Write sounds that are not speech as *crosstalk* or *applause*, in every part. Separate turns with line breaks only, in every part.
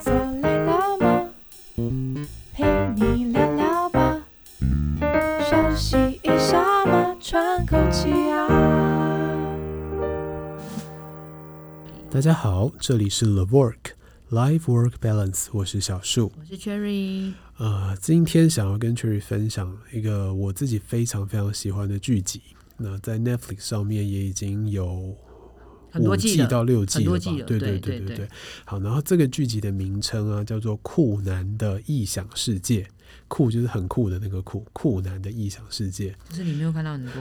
坐累了吗？陪你聊聊吧，休息一下嘛，喘口气啊。
大家好，这里是 The Work Life Work Balance，我是小树。
我是 Cherry，
呃，今天想要跟 Cherry 分享一个我自己非常非常喜欢的剧集，那在 Netflix 上面也已经有
很多
五
季了
到六季
很多
吧？
季了
对
对
对
对
对
对。
好，然后这个剧集的名称啊叫做《酷男的异想世界》，酷就是很酷的那个酷，酷男的异想世界，
就是你没有看到很多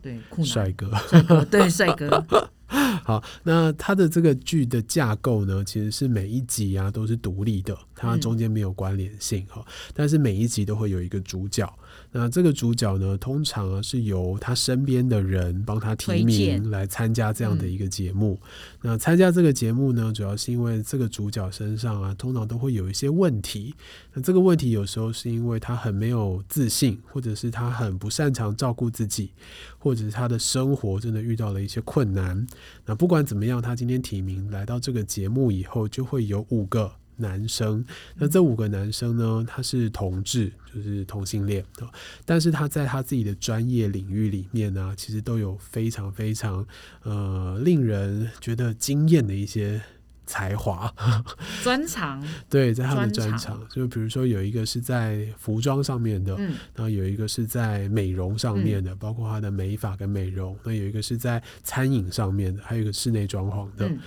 对酷
帅
男
哥。
帅哥， *laughs* 对帅哥，
*laughs* 好，那它的这个剧的架构呢，其实是每一集啊都是独立的，它
嗯
中间没有关联性哈、但是每一集都会有一个主角。那这个主角呢，通常啊是由他身边的人帮他提
推
名
荐
来参加这样的一个节目。那参加这个节目呢，主要是因为这个主角身上啊，通常都会有一些问题。那这个问题有时候是因为他很没有自信，或者是他很不擅长照顾自己，或者是他的生活真的遇到了一些困难。那不管怎么样，他今天提名来到这个节目以后，就会有五个男生。那这五个男生呢，他是同志，就是同性恋啊，但是他在他自己的专业领域里面呢、其实都有非常非常呃令人觉得惊艳的一些才华。 *laughs*
专长，
对，在他们的专
专
长，就比如说有一个是在服装上面的，
嗯，
然后有一个是在美容上面的，包括它的美发跟美容；那有一个是在餐饮上面的，还有一个室内装潢的。
嗯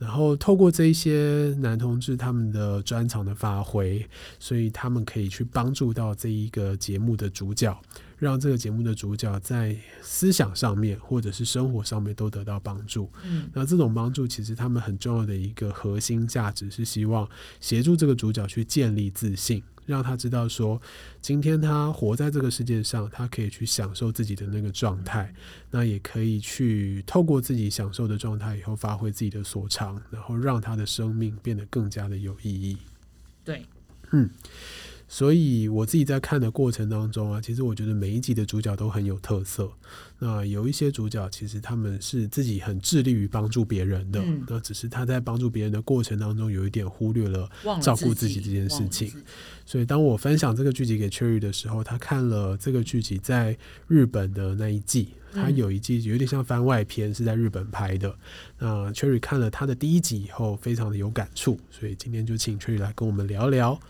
然后透过这一些男同志他们的专长的发挥，所以他们可以去帮助到这一个节目的主角，让这个节目的主角在思想上面或者是生活上面都得到帮助。
嗯
那这种帮助，其实他们很重要的一个核心价值是希望协助这个主角去建立自信，让他知道说，今天他活在这个世界上，他可以去享受自己的那个状态，那也可以去透过自己享受的状态以后，发挥自己的所长，然后让他的生命变得更加的有意义。
对，
所以我自己在看的过程当中啊，其实我觉得每一集的主角都很有特色。那有一些主角其实他们是自己很致力于帮助别人的，
嗯
那只是他在帮助别人的过程当中有一点忽略了。
忘了
照顾自
自
己这件
忘了
事情
自己
所以当我分享这个剧集给 Cherry 的时候，他看了这个剧集在日本的那一季。
嗯
他有一季有点像番外篇，是在日本拍的。那 Cherry 看了他的第一集以后，非常的有感触，所以今天就请 Cherry 来跟我们聊聊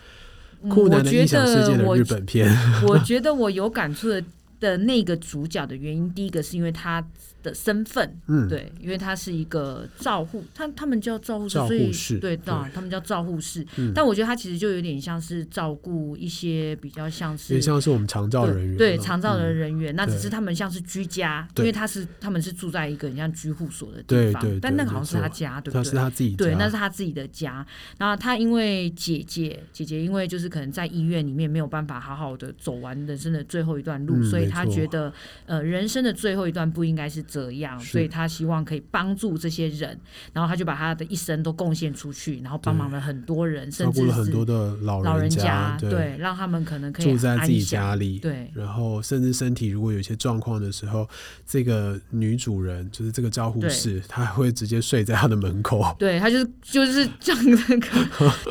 嗯
酷男的
我
异
觉
想世界
得
的
我
日本片。
*laughs*
*laughs*
我觉得我有感触的的那个主角的原因，第一个是因为他的身份，
嗯，
对，因为他是一个照护，他他们叫照护士，
照护
所以
士
对，照
对
他们叫照护士。
嗯
但我觉得他其实就有点像是照顾一些比较像
有点
是。
像是我们长照
对
人员，
对，长照的
嗯、
人员，那只
对
是他们像是居家，因
对
为他是他们是住在一个很像居护所的
对
地方
对，
但
对
那个好像是
没错
他家，对
他
不
是
对？
他自己
对，
家
那是他自己的家。然后他因为姐姐，姐姐因为就是可能在医院里面没有办法好好的走完人生的最后一段路，
嗯
所以
没
他
错
觉得呃人生的最后一段不应该是这样，
是
所以他希望可以帮助这些人。然后他就把他的一生都贡献出去，然后帮忙了很多人，甚
照顾
至
了很多
是
的老
老人
家，
对，让他们可能可以
住在自己
安享，
家里，
对
然后甚至身体如果有一些状况的时候，这个女主人就是这个照护
对
士，她还会直接睡在她的门口。
对他就是就是这样那
*laughs*
个，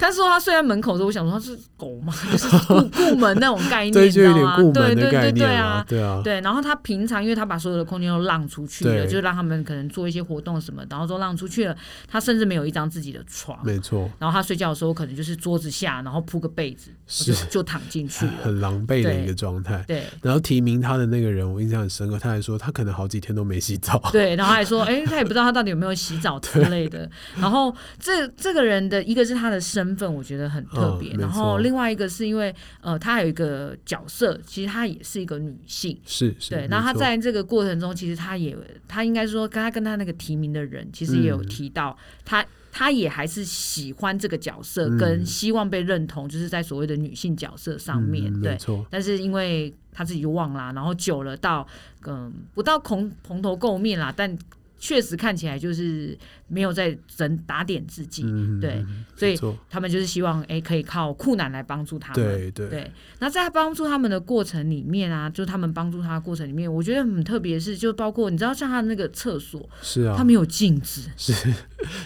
他说他睡在门口的时候，我想说他是狗吗？ *laughs* 就是顾顾门那种概
*laughs*
念，
对，
你
就
知
有
道
点
吗？
顾
对
门的
对
概
对对
念
啊
啊，，对啊，
对，然后他平常因为他把所有的空间都让出去
对
了，就让他们可能做一些活动什么，然后都让出去了。他甚至没有一张自己的床，
没错，
然后他睡觉的时候可能就是桌子下，然后铺个被子，
是
就就躺进去了。
*laughs* 很狼狈的一
对
个状态。
对
然后提名他的那个人，我印象很深刻，他还说他可能好几天都没洗澡。
对，然后还说，哎，他也不知道他到底有没有洗澡之类的。然后这这个人的一个是他的身份，我觉得很特别。
嗯没
然
错
后另外一个是因为，呃，他还有一个角色，其实她也是一个女性，
是是，
对，然后他
没错
在这个过程中，其实他也，他应该说，跟他跟他那个提名的人，其实也有
嗯
提到，他他也还是喜欢这个角色，
嗯
跟希望被认同，就是在所谓的女性角色上面，
嗯没
对。
错，
但是因为他自己就忘啦，然后久了到，嗯，不到蓬蓬头垢面啦，但确实看起来就是没有在整打点自己，
嗯，
对
嗯，嗯
所以
没错
他们就是希望哎可以靠酷男来帮助他们。
对对
对，那在帮助他们的过程里面啊，就他们帮助他的过程里面，我觉得很特别的是，就包括你知道，像他的那个厕所，
是啊，
他没有镜子，
是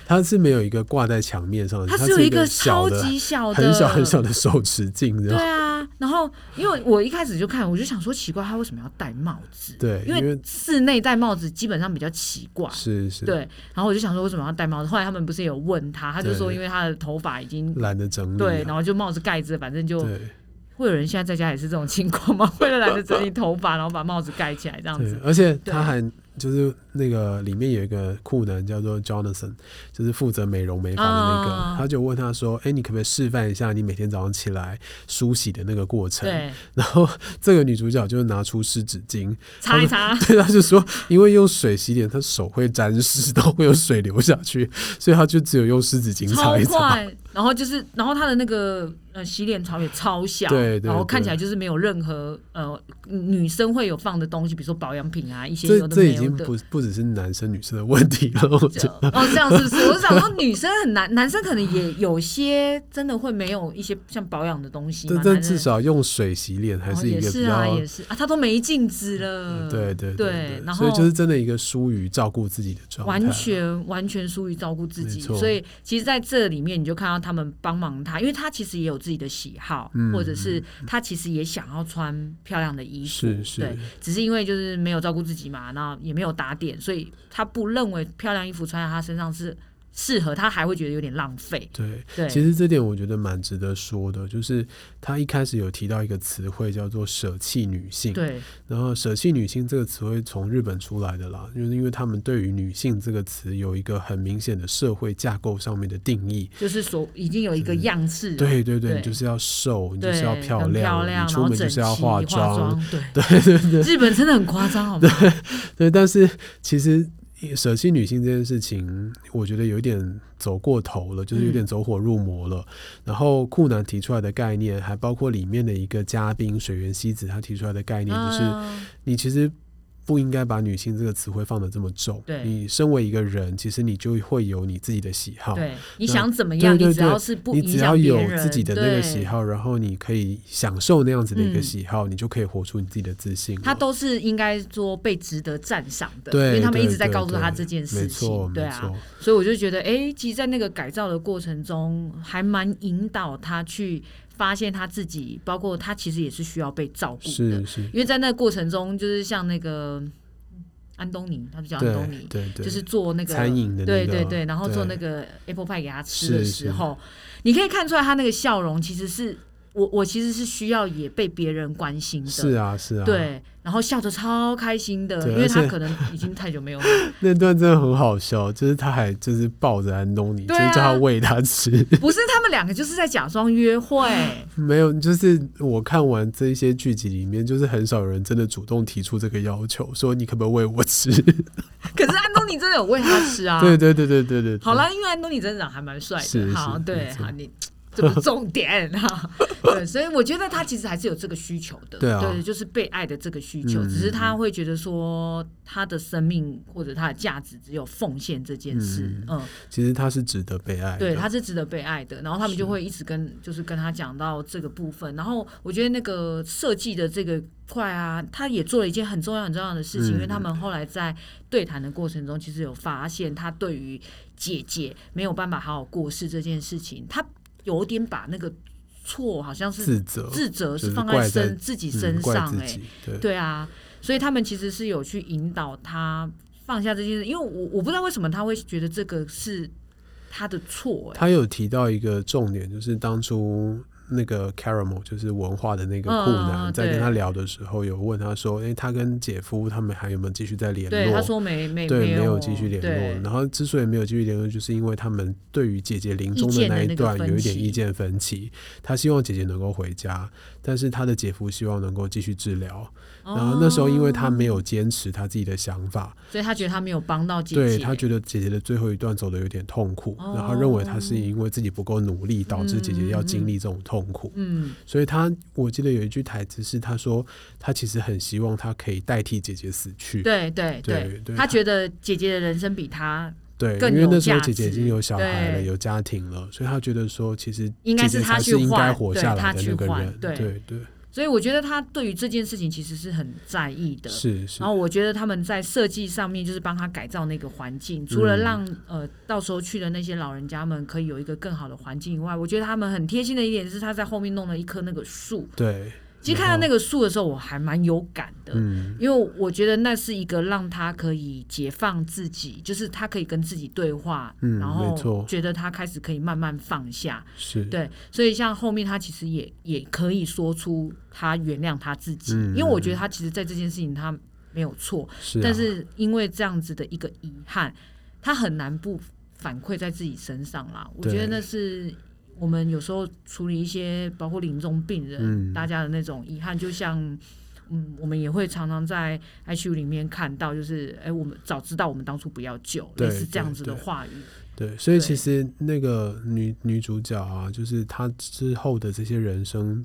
它是没有一个挂在墙面上的，
他
它
只有
哦一
个
小
超
的、
级小的、
很小很小的手持
*laughs*
镜，
对
然后
啊，然后因为我一开始就看，我就想说奇怪，他为什么要戴帽子？
对
因
因
为
为
室内戴帽子基本上比较奇怪。
是是，
对，然后我就想说为什么要戴帽子？后来他们不是也有问他，他就说
对
因为他的头发已经
懒得整理、
对，
啊，
然后就帽子盖着，反正就
对
会有人现在在家也是这种情况吗？ *laughs* 为了懒得整理头发，然后把帽子盖起来这样
对
子，。
而且
对
他还就是那个里面有一个酷男叫做 Jonathan，就是负责美容美发的那个，
啊
他就问他说：“哎，你可不可以示范一下你每天早上起来梳洗的那个过程？”
对，
*laughs* 然后这个女主角就拿出湿纸巾，
擦一擦，
*laughs* 对，他就说，因为用水洗脸，他手会沾湿， *laughs* 都会有水流下去，所以他就只有用湿纸巾
超
*laughs* 擦一擦。
快。然后就是，然后他的那个呃洗脸槽也超小，
对对
然后看
对
起来就是没有任何呃女生会有放的东西，比如说保养品啊，一些
这
有的
这
没
已
有
经
的。
不不只是男生女生的问题了，我觉
就
得
哦，这样是不是？我想说，女生很难， *laughs* 男生可能也有些真的会没有一些像保养的东西嘛
但。但
男生
至少用水洗脸还
哦
是一
也
个比
是
较，嗯
啊，也是啊，他都没镜子了。
对对
对，然
所
后
以就是真的一个疏于照顾自己的状态，啊
完全完全疏于照顾自己，
没错
所以其实在这里面你就看到他们帮忙他，因为他其实也有自己的喜好，
嗯
或者是他其实也想要穿漂亮的衣服，
是是
对，只是因为就是没有照顾自己嘛，然后也没有打点，所以他不认为漂亮衣服穿在他身上是适合，他还会觉得有点浪费。
对。
对，
其实这点我觉得蛮值得说的，就是他一开始有提到一个词汇叫做“舍弃女性”，
对
然后“舍弃女性”这个词汇从日本出来的啦，就是因为他们对于女性这个词有一个很明显的社会架构上面的定义。
就是所已经有一个
嗯
样式，
对对对，
对
你就是要瘦，你
对，
就是要漂
很漂亮，
你
然
出
后
门
整
就是要
齐
化 *laughs*
化
妆。，
对对对，日本真的很夸张，好吗？
*laughs* 对，但是其实舍弃女性这件事情，我觉得有点走过头了，就是有
嗯
点走火入魔了。然后酷男提出来的概念，还包括里面的一个嘉宾水原希子，她提出来的概念就是。
嗯
你其实不应该把女性这个词汇放得这么重。
对
你身为一个人，其实你就会有你自己的喜好。
对，你
那
想怎么
哦对
样，
对
你只
对
要是不
你
影
只要
响别
有
人，
自己的那个
对
喜，好，然后你可以享受那样子的一个
嗯
喜好，你就可以活出你自己的自信了。
他都是应该说被值得赞赏的，
对，
因为他们一
对
直在
对
告诉
对
他这件事
没错，
情，对
没
啊，
错，
所以我就觉得，哎，其实，在那个改造的过程中，还蛮引导他去发现他自己，包括他其实也是需要被照顾的
是，是，
因为在那个过程中，就是像那个安东尼，他不叫安
对
东尼，
对对，
就是做那个
餐饮的那
对
个
对对，然后做那
对
个 apple pie 给他吃的
是
时
是
候，你可以看出来他那个笑容其实是我我其实是需要也被别人关心的，
是啊是啊，，
对，然后笑得超开心的，
对
因为
而
他
且
可能已经太久没有
那段真的很好笑，就是他还就是抱着安东尼，就
对
是
啊
叫他喂他吃，
*laughs* 不是他们两个就是在假装约会， *laughs*
没有，就是我看完这一些剧集里面，就是很少有人真的主动提出这个要求，说你可不可以喂我吃？
可是安东尼真的有喂他吃
*laughs*
啊，
对对对对对对。
好，啦，因为安东尼真的长得还蛮帅
是
的，
是
好，对
没，错
好，你 *laughs* 这不是重点 *laughs* 哈。对，所以我觉得他其实还是有这个需求的，
对啊
就是被爱的这个需求，
嗯
只是他会觉得说他的生命或者他的价值只有奉献这件事，嗯，
其实他是值得被爱的。
对，他是值得被爱的。然后他们就会一直跟就是跟他讲到这个部分。然后我觉得那个设计的这个块啊，他也做了一件很重要很重要的事情，
嗯
因为他们后来在对谈的过程中，其实有发现他对于姐姐没有办法好好过世这件事情，他有点把那个错好像是
自责，
自责
就是
是放
怪
在
在
身自己
己
身
怪
上
自
哎、
己。对
对啊，所以他们其实是有去引导他放下这件事，因为我我不知道为什么他会觉得这个是他的错、欸，
他有提到一个重点，就是当初那个 Caramel，就是文化的那个酷
嗯嗯
男，
嗯
在跟
对
他聊的时候，有问他说：“哎、他跟姐夫他们还有没有继续在联络？”
对，他说没没
对，
有
没有继续联
对
络。然后之所以没有继续联络，就是因为他们对于姐姐临终
意见的
那一
那个
段
分
有一点
歧
意见分歧。他希望姐姐能够回家，但是他的姐夫希望能够继续治疗。
哦
然后那时候，因为他没有坚持他自己的想法，
所以他觉得他没有帮到姐姐，
对他觉得姐姐的
哦
最后一段走的有点痛苦，然后他认为他是因为自己不够努力，导致姐姐要经历这种痛苦。
嗯
所以他，我记得有一句台词是他说，他其实很希望他可以代替姐姐死去。
对对
对对
他觉得姐姐的人生比他
对，
更
因为
有
那时候
价
姐姐已
值
经有小孩了，
对
有家庭了，所以他觉得说，其实
应该
姐
是
姐
他
才
去
是应该
换
活
对
下来
他
的
去
那个
换
人。
对
对对，
所以我觉得他对于这件事情其实是很在意的。
是是
然，后我觉得他们在设计上面就是帮他改造那个环境，除了
嗯
让、呃到时候去的那些老人家们可以有一个更好的环境以外，我觉得他们很贴心的一点是他在后面弄了一棵那个树。
对，
其实
然
看到那
后
个树的时候，我还蛮有感的。
嗯
因为我觉得那是一个让他可以解放自己，就是他可以跟自己对话，
嗯
然
没错
后觉得他开始可以慢慢放下。
是，
对，所以像后面他其实也也可以说出他原谅他自己，
嗯
因为我觉得他其实在这件事情他没有错，
是、啊，
但是因为这样子的一个遗憾，他很难不反馈在自己身上啦。我觉
对
得那是。我们有时候处理一些包括临终病人，
嗯
大家的那种遗憾，就像嗯，我们也会常常在 ICU 里面看到，就是哎，我们早知道我们当初不要救，
对
类似这样
对
子的
对
话语。
对，所以其
对
实那个女女主角啊，就是她之后的这些人生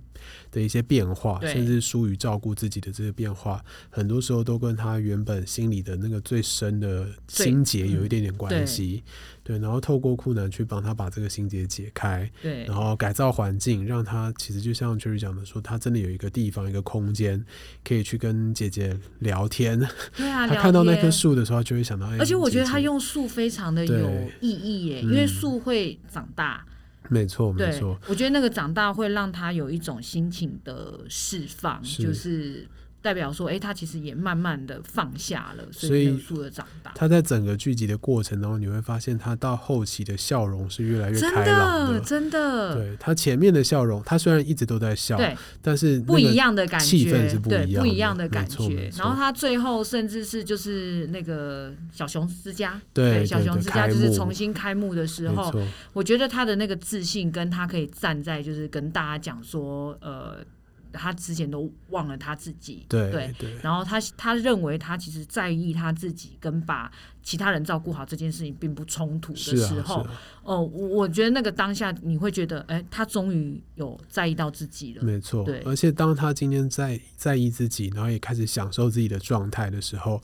的一些变化，
对
甚至疏于照顾自己的这些变化，很多时候都跟她原本心里的那个最深的
最
心结有一
嗯
点点关
对
系。对，然后透过酷男去帮她把这个心结解开，
对
然后改造环境，让她其实就像 Cherry 讲的说，她真的有一个地方、一个空间可以去跟姐姐聊天。
对
*laughs*
啊，
她
聊
看到那
天
棵，树的时候，她就会想到，哎
而且我
姐
觉得他
姐
用树非常的有
对
意义耶，因为
嗯
树会长大。
没错，没
对
错。，
我觉得那个长大会让他有一种心情的释放，
是
就是代表说，哎，他其实也慢慢的放下了，
所以
那个树的长大。
他在整个剧集的过程当中，你会发现他到后期的笑容是越来越
真
开朗
的，
的。
真的，
对他前面的笑容，他虽然一直都在笑，
对，
但是、那
不一
个，
样的感觉，
气氛是不
对
一样
不
的
一样的感
没错没
觉。
错
然后他最后甚至是就是那个小熊之家，
对对
小熊之家
对
就
开幕
是重新开幕的时
没
候，
错，
我觉得他的那个自信跟他可以站在就是跟大家讲说，呃，他之前都忘了他自己，
对
对。
对
然后他他认为他其实在意他自己跟把其他人照顾好这件事情并不冲突的
是啊是
时候，
啊，
哦，我我觉得那个当下你会觉得，哎，他终于有在意到自己了，
没错
对。
而且当他今天在在意自己，然后也开始享受自己的状态的时候，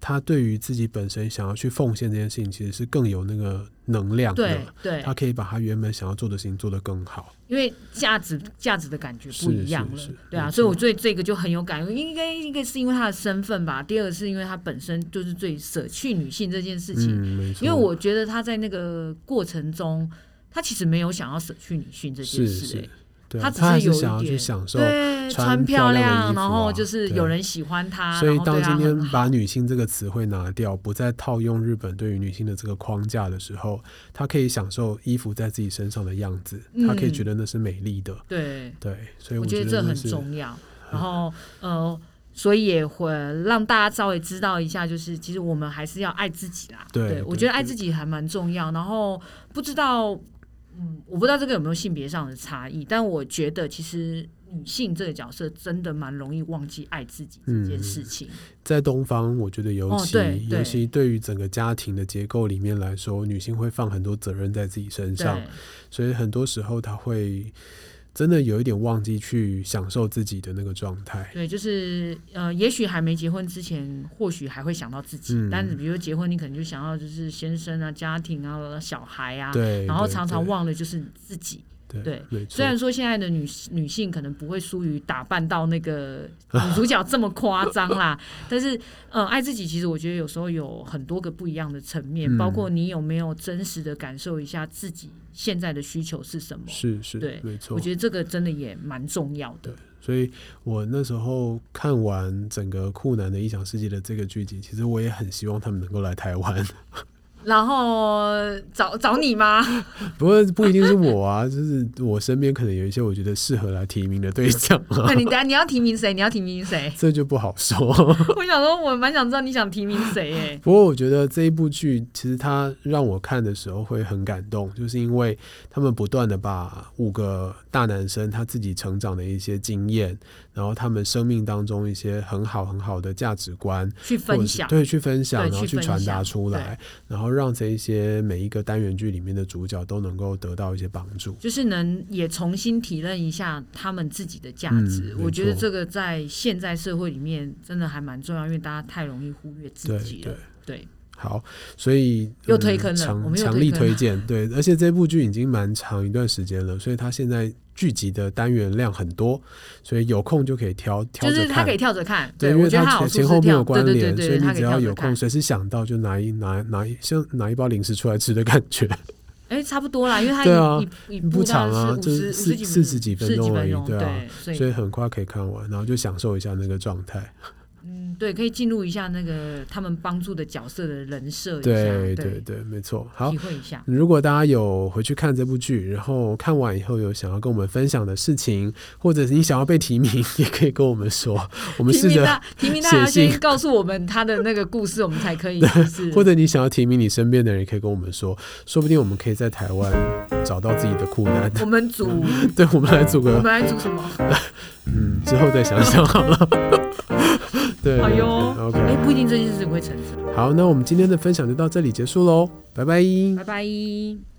他对于自己本身想要去奉献这件事情，其实是更有那个能量
对
的。
对，
他可以把他原本想要做的事情做得更好。
因为价值价值的感觉
是
不一样了，
是是没
对啊，
错
所以我对这个就很有感，应该一个是因为他的身份吧，第二个是因为他本身就是最舍去女性这件事情，
嗯，没错。
因为我觉得他在那个过程中，他其实没有想要舍去女性这
是
件事、
是
哎，
对啊，
他只
他还
是有
是
一
想要去
点
享受
对，
穿
穿
漂亮的衣服
然后
啊
就是
对
有人喜欢他，
所以，
啊然后
当
对
今
他
天
很好
把女性这个词汇拿掉，不再套用日本对于女性的这个框架的时候，她可以享受衣服在自己身上的样子，她可以
嗯
觉得那是美丽的。
对，
对，所以
我
觉
觉得
得
这
那
很
是
重要。然后呃，所以也会让大家稍微知道一下，就是其实我们还是要爱自己啦。
对对
我觉得爱
对
自己还蛮重要。然后不知道，嗯，我不知道这个有没有性别上的差异，但我觉得其实女性这个角色真的蛮容易忘记爱自己这
嗯
件事情。
在东方，我觉得尤
哦
其、
对
尤
对
其对于整个家庭的结构里面来说，女性会放很多责任在自己身上
对，，
所以很多时候她会真的有一点忘记去享受自己的那个状态。
对，就是呃，也许还没结婚之前，或许还会想到自己，
嗯
但是比如说结婚，你可能就想到就是先生啊、家庭啊、小孩啊，
对，
然后
对
常常
对
忘了就是自己。
对，
对
没错
虽然说现在的女女性可能不会疏于打扮到
*laughs*
那个女主角这么夸张啦，但是呃，爱自己其实我觉得有时候有很多个不一样的层面，
嗯
包括你有没有真实的感受一下自己现在的需求是什么。
是是，
对
没错。
我觉得这个真的也蛮重要的。
所以我那时候看完整个酷男的《异想世界》的这个剧集，其实我也很希望他们能够来台湾， *laughs*
然后找找你吗？
不过不一定是我啊，就是我身边可能有一些我觉得适合来提名的对象
*laughs*
啊，？
哎那你等下你要提名谁？你要提名
*laughs*
谁
这就不好说。
我想说，我蛮想知道你想提名谁诶、
*laughs* 不过我觉得这一部剧其实它让我看的时候会很感动，就是因为他们不断的把五个大男生他自己成长的一些经验，然后他们生命当中一些很好很好的价值观，
去
或者
分
是
享。
对，去分享，
对
然后
去
去
分
传达
享
出来，然后后让这一些每一个单元剧里面的主角都能够得到一些帮助。
就是能也重新体认一下他们自己的价值。
嗯没
我觉得
错
这个在现在社会里面真的还蛮重要，因为大家太容易忽略自
对
己
对
了。。对，
好，所以
又
嗯
推坑了我
强
们又
强
推
力
坑
推
了
荐。对，而且这部剧已经蛮长一段时间了，所以它现在剧集的单元量很多，所以有空就可以挑挑
就
着
是他
看
可以。跳着看。
对，因为
我觉得
它
他
前
好处
前
是
后面
跳
有关
对对
联，
对
所
对，
以
他
你
可
只
以
要
跳
有
着
空，
看。
随时想到就拿一拿拿一像拿一包零食出来吃的感觉，
哎，差不多啦，因为他
对啊
一一
不
部大
长啊
概
就是
五十
四
五
四
十
十几
几
分
四十
钟
几
而已
分钟，
对啊 *laughs*
所
所
以
以很快可以看完，然后就享受一下那个状态。
嗯，对，可以进入一下那个他们帮助的角色的人设一下，
对对
对，
对，没错。好
体，会一下。
如果大家有回去看这部剧，然后看完以后有想要跟我们分享的事情，或者是你想要被提名，也可以跟我们说， *laughs* 我们
提
试
名
着，
大提名大
写
家先
信
告诉我们他的那个故事，我们才可以就是
或者你想要提名你身边的人，也可以跟我们说，说不定我们可以在台湾找到自己的苦难。
我们组，我
*laughs* 对，我们来组个
们，来组什么？
嗯，之后再想想好了。 *laughs* 对，
哎
对
呦，
对，OK，、
哎，不一定这件事情会成真。
好，那我们今天的分享就到这里结束喽，拜拜
拜拜。